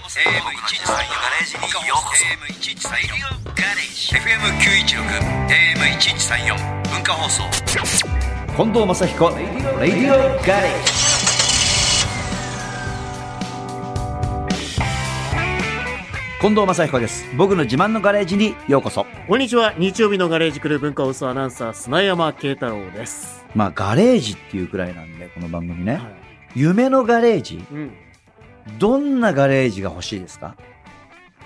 AM1134 ガレージにようこそ AM1134 ガレージ FM916 AM1134 文化放送近藤正彦レディオガレージ近藤正彦です僕の自慢のガレージにようこそこんにちは。日曜日のガレージクルー文化放送アナウンサー、砂山慶太郎です。まあガレージっていうくらいなんでこの番組ね、は夢のガレージい。うん。どんなガレージが欲しいですか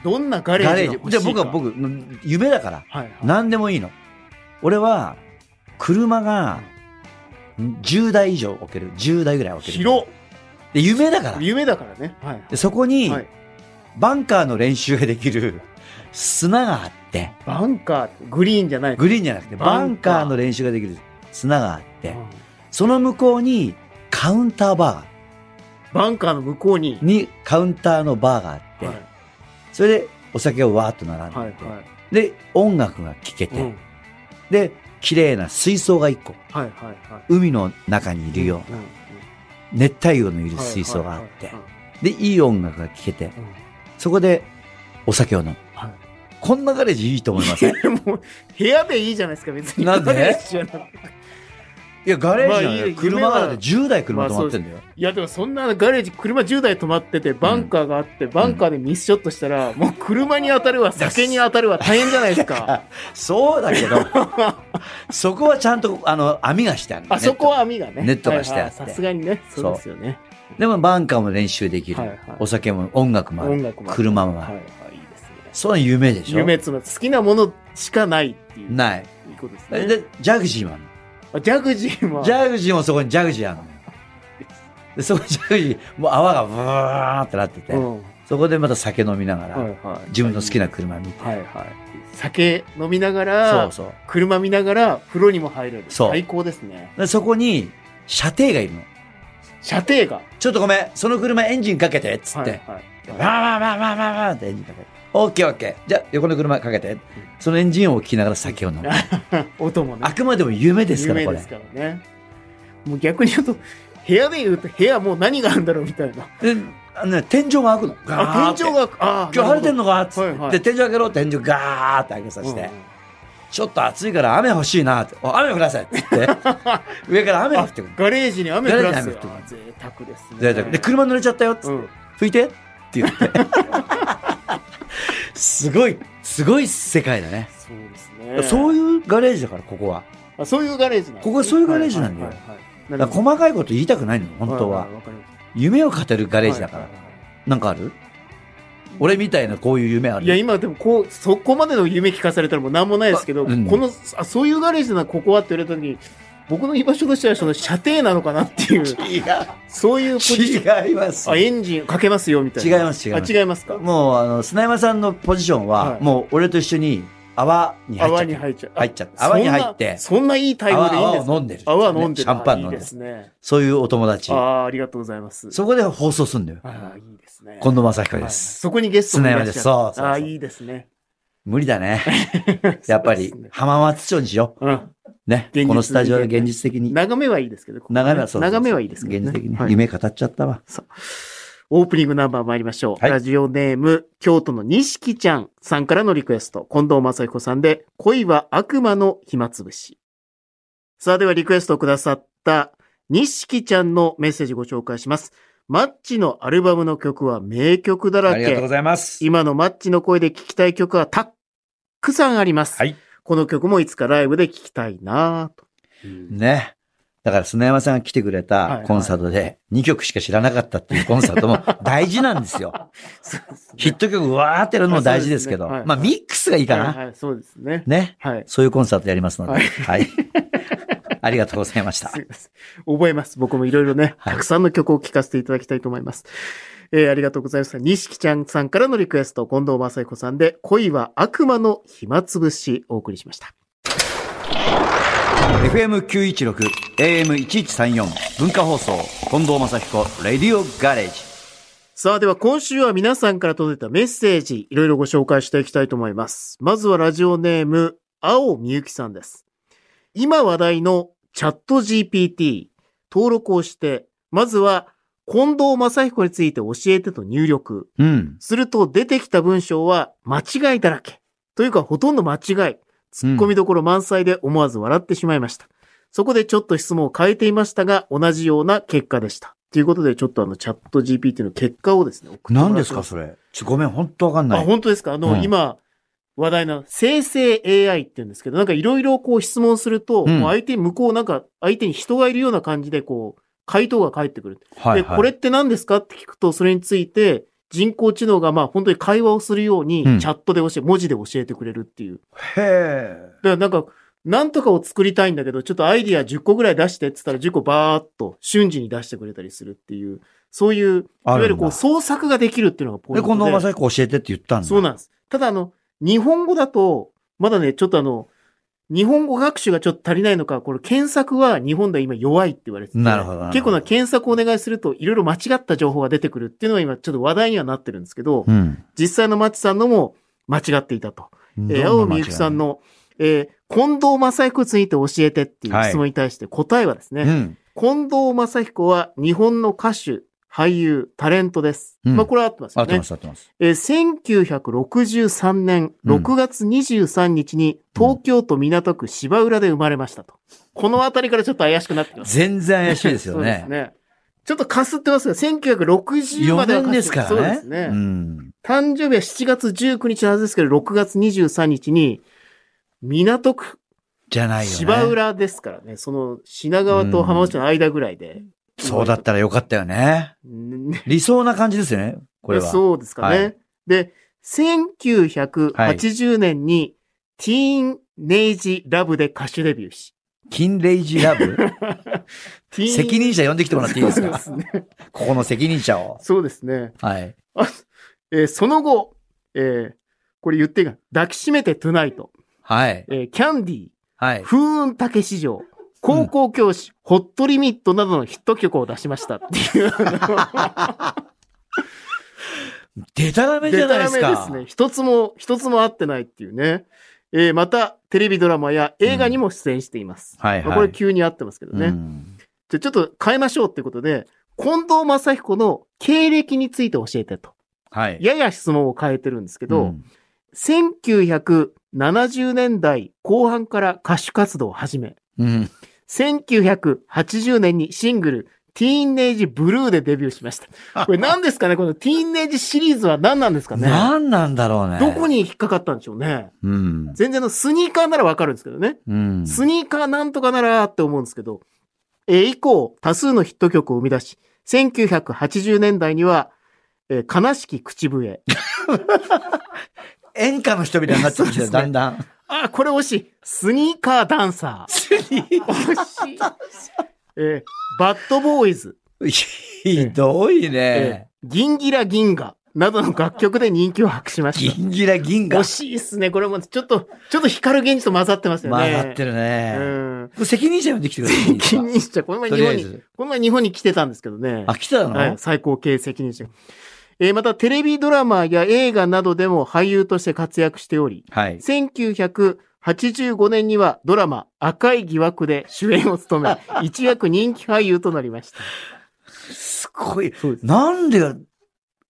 どんなガレージが欲しいかじゃあ僕は。僕夢だからはい、はい。何でもいいの俺は車が10台以上置ける10台ぐらい置ける広で夢だから夢だからね。はい、でそこにはい。バンカーの練習ができる砂があってバンカー、グリーンじゃない。グリーンじゃなくてババンンカカーーの練習ができる砂があっうてんその向こうにカウンターババンカーの向こうにー。にカウンターのバーがあって、はい。それでお酒をわーっと並んでて、はい。はで音楽が聴けい。て、うん。で綺麗な水槽が1個はい。はい。は海の中にいい。るよ、うん。うんう熱帯魚のいる水槽があって、はいはいでいい音楽が聴けてはいうんそこでお酒を飲むはいこんなガレージいいと思いませんいもう、部屋でいいじゃないですか、別に。なんでガレージじゃなくてやガレージなんだまあいいよよ車がだって10台ま車あ止まってんだよ、いや、でもそんなガレージ、車10台止まってて、バンカーがあって、バンカーでミスショットしたら、もう車に当たるわ、酒に当たるわ、大変じゃないですか。 そうだけど そこはちゃんとあの網がしてあるんだあねそこは網がね。ネットがしてあってはいはいさすがにね。そうそうですよね。でもバンカーも練習できる、はいはいお酒も音楽もある音楽もある車もあはいる、はい、いいですね。そういう夢でしょ夢つまり好きなものしかないっていう。ないいいことですね。でジャグジーもあるのあジャグジーも。ジャグジーもそこにジャグジーあるのよでそこにジャグジーもう泡がブワーってなってて、うん。そこでまた酒飲みながら、はいはい。自分の好きな。車見て、はいはい。酒飲みながら、そうそう車見ながら、風呂にも入れる。そう最高ですね。でそこに射程がいるの射程が。ちょっとごめんその車エンジンかけてっつっはて、いはい。わーわーわーわーわーわーってエンジンかけてオッケーオッケーじゃあ横の車かけてそのエンジン音を聞きながら酒を飲む音もね。あくまでも夢ですからこ夢れですからね。もう逆に言うと、部屋で言うと、部屋もう何があるんだろうみたいな。であのね天井が開くのあ、天井が、あ、今日晴れてんののかっつって、はいはいで天井開けろって天井ガーって開けさせて、うんうんちょっと暑いから雨欲しいなって、お雨降らせって 言って、上から雨降ってくる。ガレージに雨降らすガレージに雨降っあ贅沢ですねでで車濡れちゃったよっつって、うん拭いてって言っ て。すごい、すごい世界だね。そうですねそういうガレージだから、ここは。あそういうガレージなんですねここはそういうガレージなんだよはいはいはいだから細かいこと言いたくないのよ、本当は。いいわかります夢を語るガレージだから。はいはいはいなんかある俺みたいなこういう夢あいやる今でもこうそこまでの夢聞かされたらもう何もないですけど、あうんこのあそういうガレージなのここはって言われた時に僕の居場所としてはその射程なのかなっ ていうそういうポジション違います。あエンジンかけますよみたいな違います違いますあ違いますかもう、あの、砂山さんのポジションは、はいもう俺と一緒に泡に入っちゃ泡ってにる。入っちゃう入っちゃって泡に入ってそんなそんないいタイムでいいんで泡すかを飲んでる。泡飲んでシャンパン飲んいでいるで。すねそういうお友達。ああー、ありがとうございます。そこで放送すんだよ。ああ、いいですね。近藤正彦はでいす。そこにゲストもいらっしゃる砂山ですそうそうそうああ、いいですね。無理だね。やっぱりそうですね、浜松町にしようん。う。ね。現実的にねこのスタジオは現実的に。眺めはいいですけど、ここね眺めはそうそうそう眺めはいいですけど、ね。現実的にね。はい夢語っちゃったわ。そうオープニングナンバー参りましょう。はいラジオネーム、京都の錦ちゃんさんからのリクエスト。近藤正彦さんで、恋は悪魔の暇つぶし。さあ、ではリクエストをくださった錦ちゃんのメッセージご紹介します。マッチのアルバムの曲は名曲だらあけ。りがとうございます。今のマッチの声で聞きたい曲はたっくさんあります。はいこの曲もいつかライブで聞きたいなぁと。ね。だから砂山さんが来てくれはいたはいコンサートで2曲しか知らなかったっていうコンサート も大事なんですよ。そうですねヒット曲わーってやるのも大事ですけど。はいはいまあミックスがいいかはいな。はい、そうですね。ね。はい。そういうコンサートやりますので。はいはい。 ありがとうございましたす。いません覚えます。僕もいろいろね、はいたくさんの曲を聴かせていただきたいと思います。えーありがとうございます。錦ちゃんさんからのリクエスト、近藤正彦さんで、恋は悪魔の暇つぶし、お送りしました。 FM916、AM1134、文化放送、近藤正彦、レディオガレージ。さあ、では今週は皆さんから届いたメッセージ、いろいろご紹介していきたいと思います。まずはラジオネーム、青みゆきさんです。今話題のチャット GPT、登録をして、まずは、近藤正彦について教えてと入力。うん。すると出てきた文章は間違いだらけ。というかほとんど間違い。ツッコミどころ満載で思わず笑ってしまいました。そこでちょっと質問を変えていましたが、同じような結果でした。ということで、ちょっとあの、チャット GPT の結果をですね、送ってもらって何まですか、それ。ちょごめん、本当わかんなあ、い。本当ですかあの、うん今、話題な、生成 AI って言うんですけど、なんかいろいろこう質問すると、うんもう相手、向こうなんか、相手に人がいるような感じで、こう、回答が返ってくる。はい、はで、い。これって何ですかって聞くと、それについて、人工知能がまあ本当に会話をするように、うんチャットで教え、文字で教えてくれるっていう。へだからなんか、なんとかを作りたいんだけど、ちょっとアイディア10個ぐらい出してって言ったら10個バーっと瞬時に出してくれたりするっていう、そういあるんう、いだわゆるこう創作ができるっていうのがえ。ポで、イント近で。藤正彦教えてって言ったんだ。そうなんです。ただあの、日本語だと、まだね、ちょっとあの、日本語学習がちょっと足りないのか、これ検索は日本では今弱いって言われてて。なるほどなるほど結構な検索をお願いすると、いろいろ間違った情報が出てくるっていうのが今ちょっと話題にはなってるんですけど、うん。実際のマチさんのも間違っていたと。えー、ど青んな間違い海ゆきさん。の、えー近藤正彦について教えてっていう質問に対して答えはですね、うん。近藤正彦は日本の歌手、俳優、タレントです。うんまあこれは合ってます合よってねま。す、合ってます。えー1963年うん6月23日に東京都港区芝浦で生まれましたと。この辺りからちょっと怪しくなってきます。全然怪しいです そようでね。すね。ちょっとかすってますが、1960ま4では年かすですからね。そうですね。うん。誕生日は7月19日のはずですけど、6月23日に、港区じゃないよね。芝浦ですからね、その品川と浜松町の間ぐらいで。そうだったらよかったよね。うん理想な感じですよね、これは。そうですかね。はいで、1980年に、ティーンネイジラブで歌手デビューし。キンレイジラブ ティーン責任者呼んできてもらっていいですかそうですね。ここの責任者を。そうですねはい。えーその後、えーこれ言っていいかな抱きしめてトゥナイト、はい。えーキャンディー、はい。風雲竹市場、高校教師、ホットリミットなどのヒット曲を出しましたっていう。でたらめじでゃたないですらめか。ですね。一つも、一つも合ってないっていうね。えーまた、テレビドラマや映画にも出演しています。はいまはあい。これ急に合ってますけどね。うんじゃあちょっと変えましょうってことで、近藤正彦の経歴について教えてと。はい。やや質問を変えてるんですけど、うん1970年代後半から歌手活動を始め、うん。 1980年にシングル、ティーンネイジブルーでデビューしま した。これ何ですかねこのティーンネイジシリーズは何なんですかね何なんだろうね。どこに引っかかったんでしょうね。うん。全然あのスニーカーならわかるんですけどね。うん。スニーカーなんとかならって思うんですけど、えー以降、多数のヒット曲を生み出し、1980年代には、えー悲しき口 笛。演歌の人々になってきてそうでる、すねだんだん。あ、これ惜しい。スニーカーダンサー。 惜しい。 えーバッドボーイズ、ひどいえね。ーギンギラギンガなどの楽曲で人気を博しましギた。ンギラギンが惜しいっすね。これもちょっと、ちょっと光源氏と混ざってますよ混ね。ざってるね。うん。これ責任者呼んできてくださいいいです責か。任者、この前と日りあ本えに、ず。この前日本に来てたんですけどね。あ、来たの、はい、最高経営責任者。えーまた、テレビドラマや映画などでも俳優として活躍しており、はい。 1985年にはドラマ赤い疑惑で主演を務め、 一躍人気俳優となりました。すごい。そうです。なんで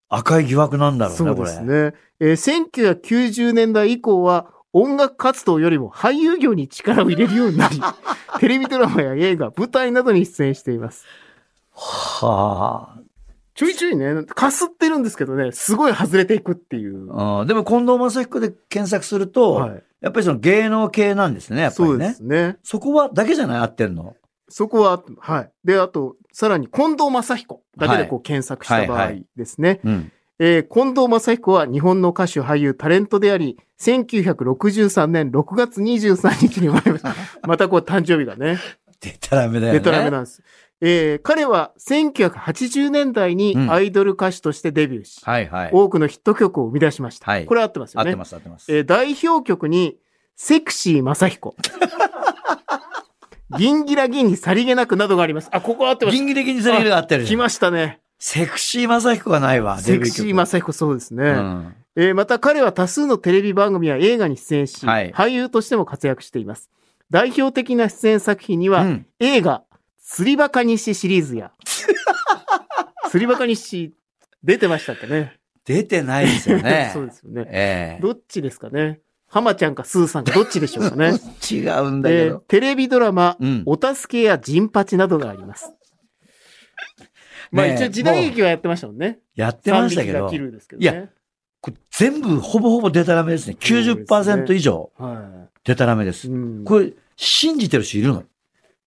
赤い疑惑なんだろうそね、うこでれ。すね。えー1990年代以降は音楽活動よりも俳優業に力を入れるように なり、テレビドラマや映画、舞台などに出演しています。はちょいちょいね、かすってるんですけどね、すごい外れていくっていう。あ。うんでも、近藤正彦で検索すると、はいやっぱりその芸能系なんですね、やっぱそりうでね。すね。そこは、だけじゃない合ってるの。そこは、はい。で、あと、さらに、近藤正彦だけでこはう検索した場合ですね。うん。えー近藤正彦は日本の歌手、俳優、タレントであり、1963年6月23日に生まれ ました。またこう誕生日がね、でたらめだよね。デトラメなんです。えー彼は1980年代にうんアイドル歌手としてデビューし、はいはい。多くのヒット曲を生み出しました。はいこれ合ってます合よっね。てます、合ってます。えー代表曲に、セクシー 正彦。ギンギラギンにさりげなくなどがあります。あ、ここ合ってますギンギリギリされるが合ってるじ来ゃん。ましたね。セクシー正彦がないわ、セクシー彦。正彦、そうですね。うん。えーまた彼は多数のテレビ番組や映画に出演し、はい俳優としても活躍しています。代表的な出演作品には、うん 映画、釣りバカ西シリーズや、釣りバカ日誌出てましたっけね。出てないですよね。 そうですよね。ええどっちですかね。浜ちゃんかスーさんかどっちでしょうか ね。違うんだけでど。、テレビドラマ、うん。お助けやジンパチなどがあります。 まあねえ一応時代もう劇はやってましたもんね。やって三ました匹けがど切、るですけどいね。これ全部ほぼほぼデタラメですね。そうです90%ね以上はデタラメでい。す。うんこれ、信じてる人いるの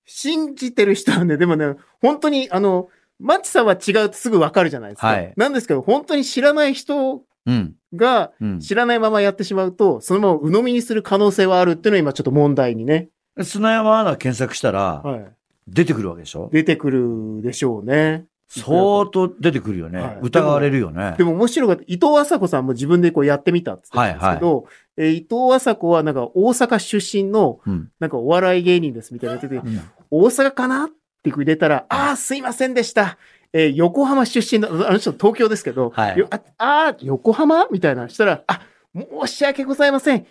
信じてる人はね、でもね、本当に、あの、マチさんは違うとすぐわかるじゃないですか。はいなんですけど、本当に知らない人うん。がうん。知らないままやってしまうと、そのまま鵜呑みにする可能性はあるっていうのは今ちょっと問題にね、砂山アナ検索したら、はい、出てくるわけでしょ出てくるでしょうね。相当出てくるよね。はい疑われるよねで。も面白かった。伊藤麻子さんも自分でこうやってみたって言ってたんですけど、えー伊藤麻子はなんか大阪出身のうん。なんかお笑い芸人ですみたいな言ってて、大阪かなって入れたら、ああ、すいませんでした。えー横浜出身の、あの人東京ですけど、はいよああー、横浜みたいなのしたら、あ、申し訳ございません。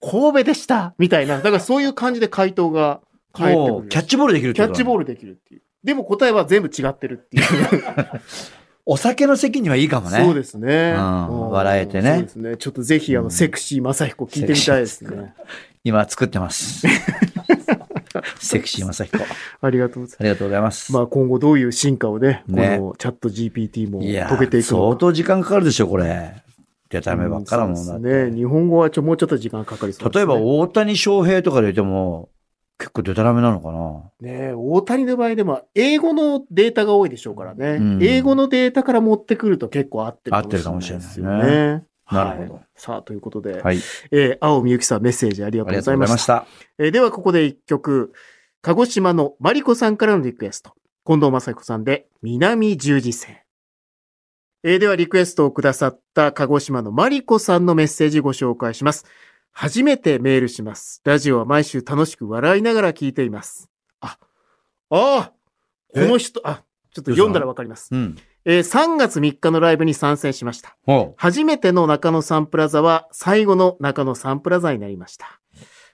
神戸でした。みたいな。だからそういう感じで回答が返ってもくうる。キャッチボールできるってキこャとッだチボールできるっていう。でも答えは全部違ってるっていう。お酒の席にはいいかもね。そうですね。うんうん笑えてねそうですね。ちょっとぜひ、あうの、んセクシーマサヒコ聞いてみたいですセクシーね。今作って ます。セクシーまさひこ。ありがとうございありがとうございます。ます。まあ今後どういう進化をね、こねのチャット GPT もいや遂げていくの相か当時間かかるでしょ、これ。でためばっかだもんそなうっでて。すね。日本語はちょ、もうちょっと時間かかりそうです、例えね。ば、大谷翔平とかで言っても、結構デタラメなのかなねえ大谷の場合でも、英語のデータが多いでしょうからね。うん英語のデータから持ってくると結構合ってるですよ合ってるかもしれね。なるほどはいさあ、ということで、はい。えー青みゆきさんメッセージありがあとうりごがとざういごまざいまし。したた。えーでは、ここで一曲。鹿児島のマリコさんからのリクエスト。近藤正彦さんで、南十字星。えーでは、リクエストをくださった鹿児島のマリコさんのメッセージご紹介します。初めてメールします。ラジオは毎週楽しく笑いながら聞いています。あ、ああこえの人、あ、ちょっと読んだらわかります。うん。えー3月3日のライブに参戦しました。ほ初めての中野サンプラザは最後の中野サンプラザになりました。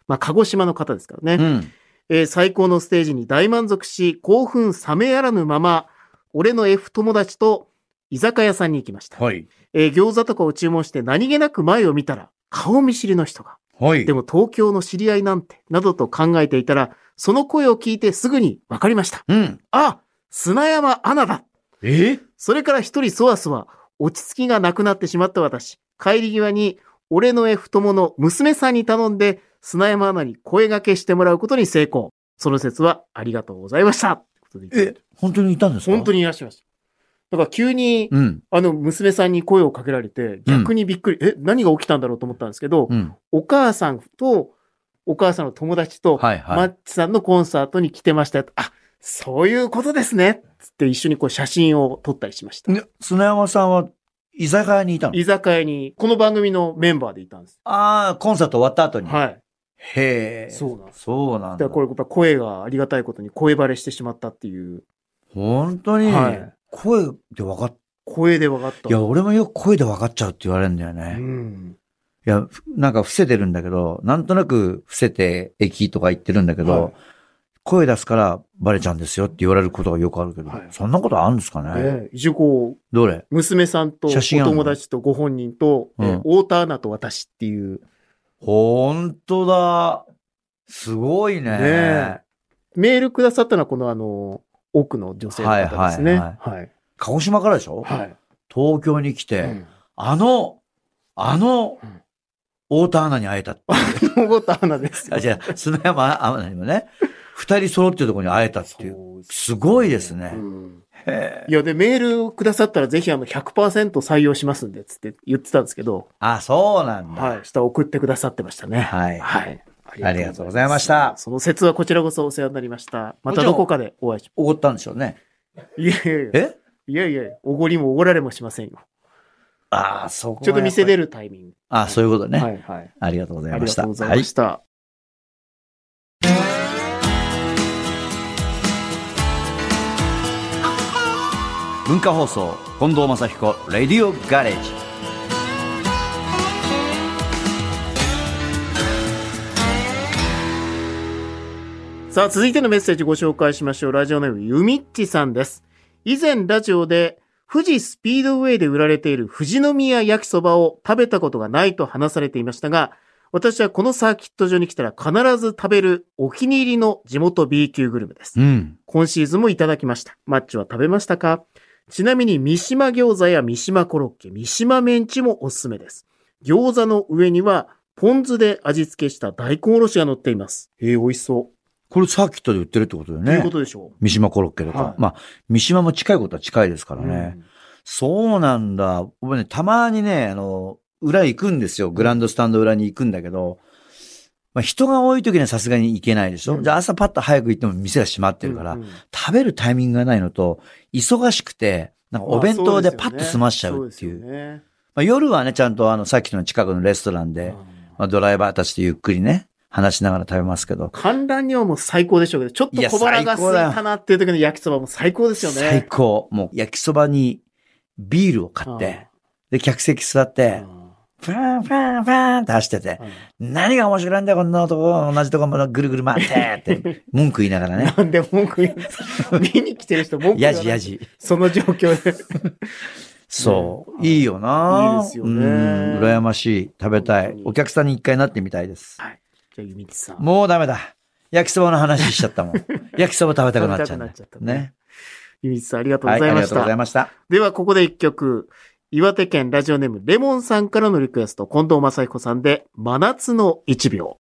まあ、鹿児島の方ですからね。う。うん。えー最高のステージに大満足し、興奮冷めやらぬまま、俺の F 友達と居酒屋さんに行きました。はい。えー餃子とかを注文して何気なく前を見たら、顔見知りの人が、はい。でも東京の知り合いなんて、などと考えていたら、その声を聞いてすぐに分かりました。うん。あ砂山アナだえそれから一人そわそわ、落ち着きがなくなってしまった私。帰り際に、俺の F 友の娘さんに頼んで、砂山アナに声掛けしてもらうことに成功。その説はありがとうございました。ということでえ、本当にいたんですか本当に。にいらっしゃいました。だから急に、うん。あの、娘さんに声をかけられて、逆にびっくり、え、何が起きたんだろうと思ったんですけど、うん。お母さんと、お母さんの友達と、はいはいマッチさんのコンサートに来てましたよと。あ、そういうことですね。つって一緒にこう写真を撮ったりしました。ね砂山さんは居酒屋にいたの 居酒屋に、この番組のメンバーでいたんです。ああ、コンサート終わった後に。はい。へえ。そうなんです。そうなんだ。だからこれ、やっぱ声がありがたいことに声バレしてしまったっていう、本当にはい、声で分かっ声で分かった。いや、俺もよく声で分かっちゃうって言われるんだよね。ういん。や、ふなんか伏せてるんだけど、なんとなく伏せて駅とか行ってるんだけど、はい声出すからバレちゃうんですよって言われることがよくあるけど、はいそんなことあるんですかね、ええ一応こう、どれ娘さんとお写真あんの友達とご本人と、うんえー太田アナと私っていう、ほんとだ。すごいね。ねえメールくださったのはこのあの、奥の女性の方ですね。はいははい。鹿児島からでしょ、はい。東京に来て、うんあの、あのうん、太田アナに会えたって。 野ごた花ですよ。あ、じゃあ、砂山アナにもね、二人揃ってるところに会えたっていう。そうですごいですねうんへえいや、で、メールくださったらぜひあの100%採用しますんで、つって言ってたんですけど、あ、そうなんだ。はい。したら送ってくださってましたね。はいはい。ありがとうございましたその説はこちらこそお世話になりました。またどこかでお会いしおごったんでしょうね。いやいやいや。えいやいやいやおごりもおごられもしませんよ。ああ、そこはちょっと店出やぱり。るタイミング。ああ、そういうことね、はいはい。ありがとうござあいりまがしとた。うございました。はい。文化放送、近藤正彦、レディオガレージ。さあ、続いてのメッセージご紹介しましょう。ラジオネーム、ゆみっちさんです。以前、ラジオで、富士スピードウェイで売られている富士宮焼きそばを食べたことがないと話されていましたが、私はこのサーキット場に来たら必ず食べるお気に入りの地元 B 級グルメです。うん。今シーズンもいただきました。マッチョは食べましたかちなみに三島餃子や三島コロッケ、三島メンチもおすすめです。餃子の上にはポン酢で味付けした大根おろしが乗っています。えー、美味しそう。これサーキットで売ってるってことだよというこね。とでしょう。三島コロッケとか。はいまあ、三島も近いことは近いですからね。うんそうなんだ。僕ね、たまにね、あの、裏行くんですよ。グランドスタンド裏に行くんだけど、まあ、人が多い時にはさすがに行けないでしょ。うんじゃあ朝パッと早く行っても店が閉まってるから、うんうん食べるタイミングがないのと、忙しくて、なんかお弁当でパッと済ましちゃうっていう。そですよねまあ、夜はね、ちゃんとあの、さっきの近くのレストランで、まあ、ドライバーたちとゆっくりね、話しながら食べますけど、観覧にはもう最高でしょうけど、ちょっと小腹が空いたなっていう時の焼きそばも最高ですよね。最高。もう焼きそばにビールを買って、で、客席座っうん。てう、んファンファンファンって走ってて、何が面白いんだよ、こんな男。同じとこまでぐるぐる回って、って、 文句言いながらね。なんで文句言うん ですか見に来てる人文句や言わないじや。じ。その状況で。 そう。ねいいよないいですよねうん羨ましい。食べた本い当。にお客さんに一回なってみたいです。じゃあ、ゆみきさん。もうダメだ。焼きそばの話しちゃったもん。 焼きそば食べたくなっちゃうんだ食べたくなっちゃったねね。ゆみきさん、ありがとうはごい、あざいりまがしとうた。ございました。では、ここで一曲。岩手県ラジオネームレモンさんからのリクエスト、近藤正彦さんで、真夏の1秒。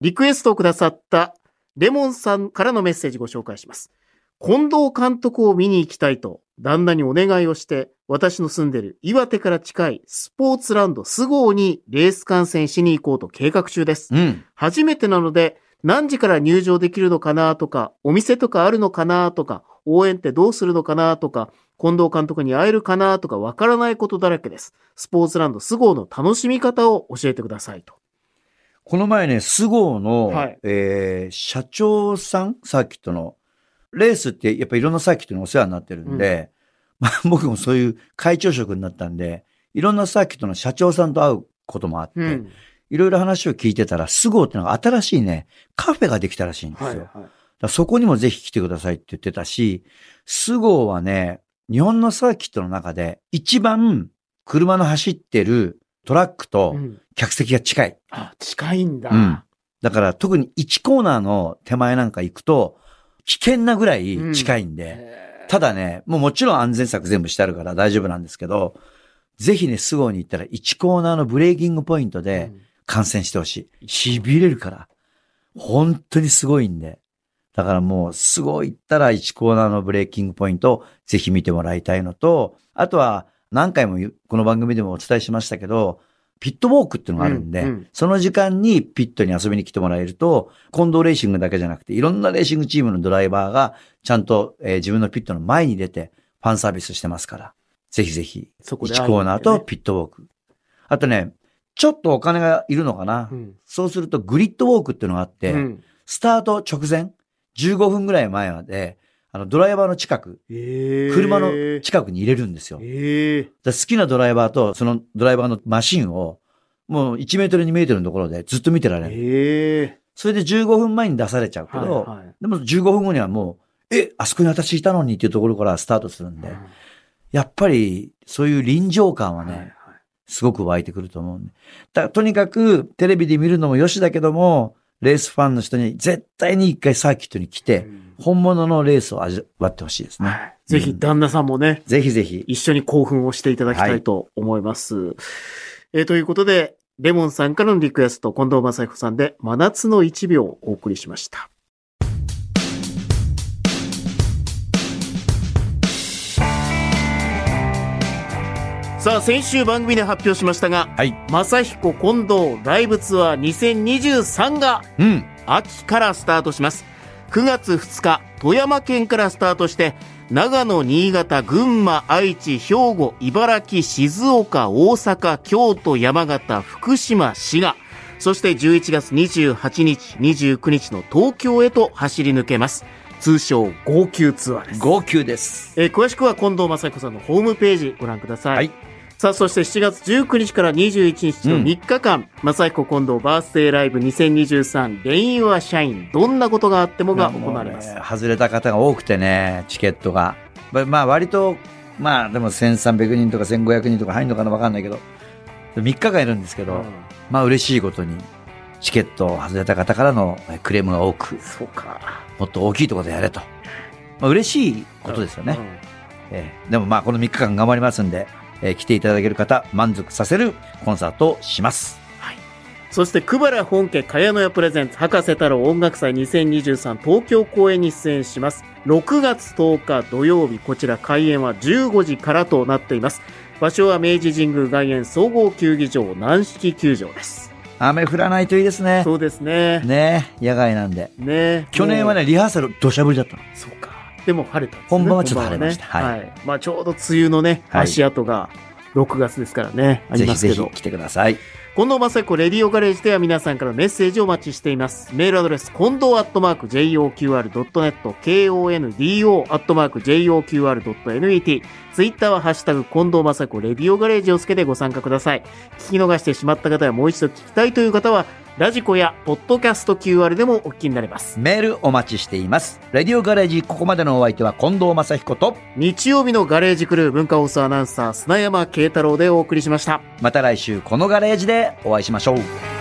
リクエストをくださったレモンさんからのメッセージご紹介します。近藤監督を見に行きたいと、旦那にお願いをして、私の住んでる岩手から近いスポーツランド菅生にレース観戦しに行こうと計画中です。うん。初めてなので、何時から入場できるのかなとか、お店とかあるのかなとか、応援ってどうするのかなとか、近藤監督に会えるかなとかわからないことだらけです。スポーツランドスゴーの楽しみ方を教えてくださいと。この前ね、スゴーの、はいえー社長さん、サーキットの、レースってやっぱいろんなサーキットにお世話になってるんで、 まあ僕もそういう会長職になったんで、いろんなサーキットの社長さんと会うこともあって、うん。いろいろ話を聞いてたら、スゴーってのが新しいね、カフェができたらしいんですよ。はい、だはかい。らそこにもぜひ来てくださいって言ってたし、スゴーはね、日本のサーキットの中で一番車の走ってるトラックとうん客席が近い。あ、近いんだ。うんだから特に1コーナーの手前なんか行くと、危険なぐらい近いんで、へーただね、もうもちろん安全策全部してあるから大丈夫なんですけど、ぜひね、スゴーに行ったら1コーナーのブレーキングポイントでうん観戦してほしい。痺れるから。本当にすごいんで。だからもう、すごい行ったら1コーナーのブレーキングポイントをぜひ見てもらいたいのと、あとは何回も言うこの番組でもお伝えしましたけど、ピットウォークっていうのがあるんで、うんうんその時間にピットに遊びに来てもらえると、近藤レーシングだけじゃなくて、いろんなレーシングチームのドライバーが、ちゃんと、えー自分のピットの前に出て、ファンサービスしてますから、ぜひぜひ、そこで1会うんだよねコーナーとピットウォーク。あとね、ちょっとお金がいるのかな、うんそうするとグリッドウォークっていうのがあって、うんスタート直前、15分ぐらい前まで、あの、ドライバーの近く、えー車の近くに入れるんですよ。ええだから好きなドライバーと、そのドライバーのマシンを、もう1メートル2メートルのところでずっと見てられる。ええそれで15分前に出されちゃうけど、はいはいでも15分後にはもう、え、あそこに私いたのにっていうところからスタートするんで、やっぱりそういう臨場感はうんね、はいはいすごく湧いてくると思うんで。だとにかく、テレビで見るのもよしだけども、レースファンの人に絶対に一回サーキットに来て、うん本物のレースを味わってほしいですね。はいぜひ旦那さんもね、ぜひぜひ。一緒に興奮をしていただきたいと思います。えーということで、レモンさんからのリクエスト、近藤正彦さんで、真夏の1秒をお送りしました。さあ、先週番組で発表しましたが、はい正彦近藤ライブツアー2023がうん。秋からスタートします9月2日富山県からスタートして長野新潟群馬愛知兵庫茨城静岡大阪京都山形福島滋賀そして11月28日29日の東京へと走り抜けます通称号泣ツアーです号泣です。えー詳しくは近藤正彦さんのホームページご覧ください。はいさあ、そして7月19日から21日の3日間、正彦近藤バースデーライブ2023レインは社員、どんなことがあってもが行われます。もうね外れた方が多くてね、チケットが。ままあ割とまあでも1300人とか1500人とか入るのかなわかんないけど、3日間いるんですけど、まあ嬉しいことに、チケットを外れた方からのえクレームが多く、そうか。もっと大きいところでやれと。まあ嬉しいことですよね。えーでもまあこの3日間頑張りますんで、えー来ていただける方、満足させるコンサートをします。そして、久原本家茅野屋プレゼンツ博士太郎音楽祭2023東京公演に出演します。6月10日土曜日、こちら開演は15時からとなっています。場所は明治神宮外苑総合球技場軟式球場です。雨降らないといいですね。そうですね。ね野外なんで。ね去年はね、リハーサル土砂降りだったの。そうか。でも晴れたんですね。本番はちょっと晴れました本番はねははい。まあちょうど梅雨のね、はい足跡が6月ですからね、ありぜまひすぜけひど。来てください。近藤正彦レディオガレージでは皆さんからのメッセージをお待ちしています。メールアドレス、近藤アットマーク JOQR.net、KONDO アットマーク JOQR.net、ツイッターはハッシュタグ、近藤正彦レディオガレージをつけてご参加ください。聞き逃してしまった方やもう一度聞きたいという方は、ラジコやポッドキャスト QR でもお聞きになれます。メールお待ちしています。レディオガレージ、ここまでのお相手は近藤正彦と、日曜日のガレージクルー文化放送アナウンサー砂山慶太郎でお送りしました。また来週このガレージでお会いしましょう。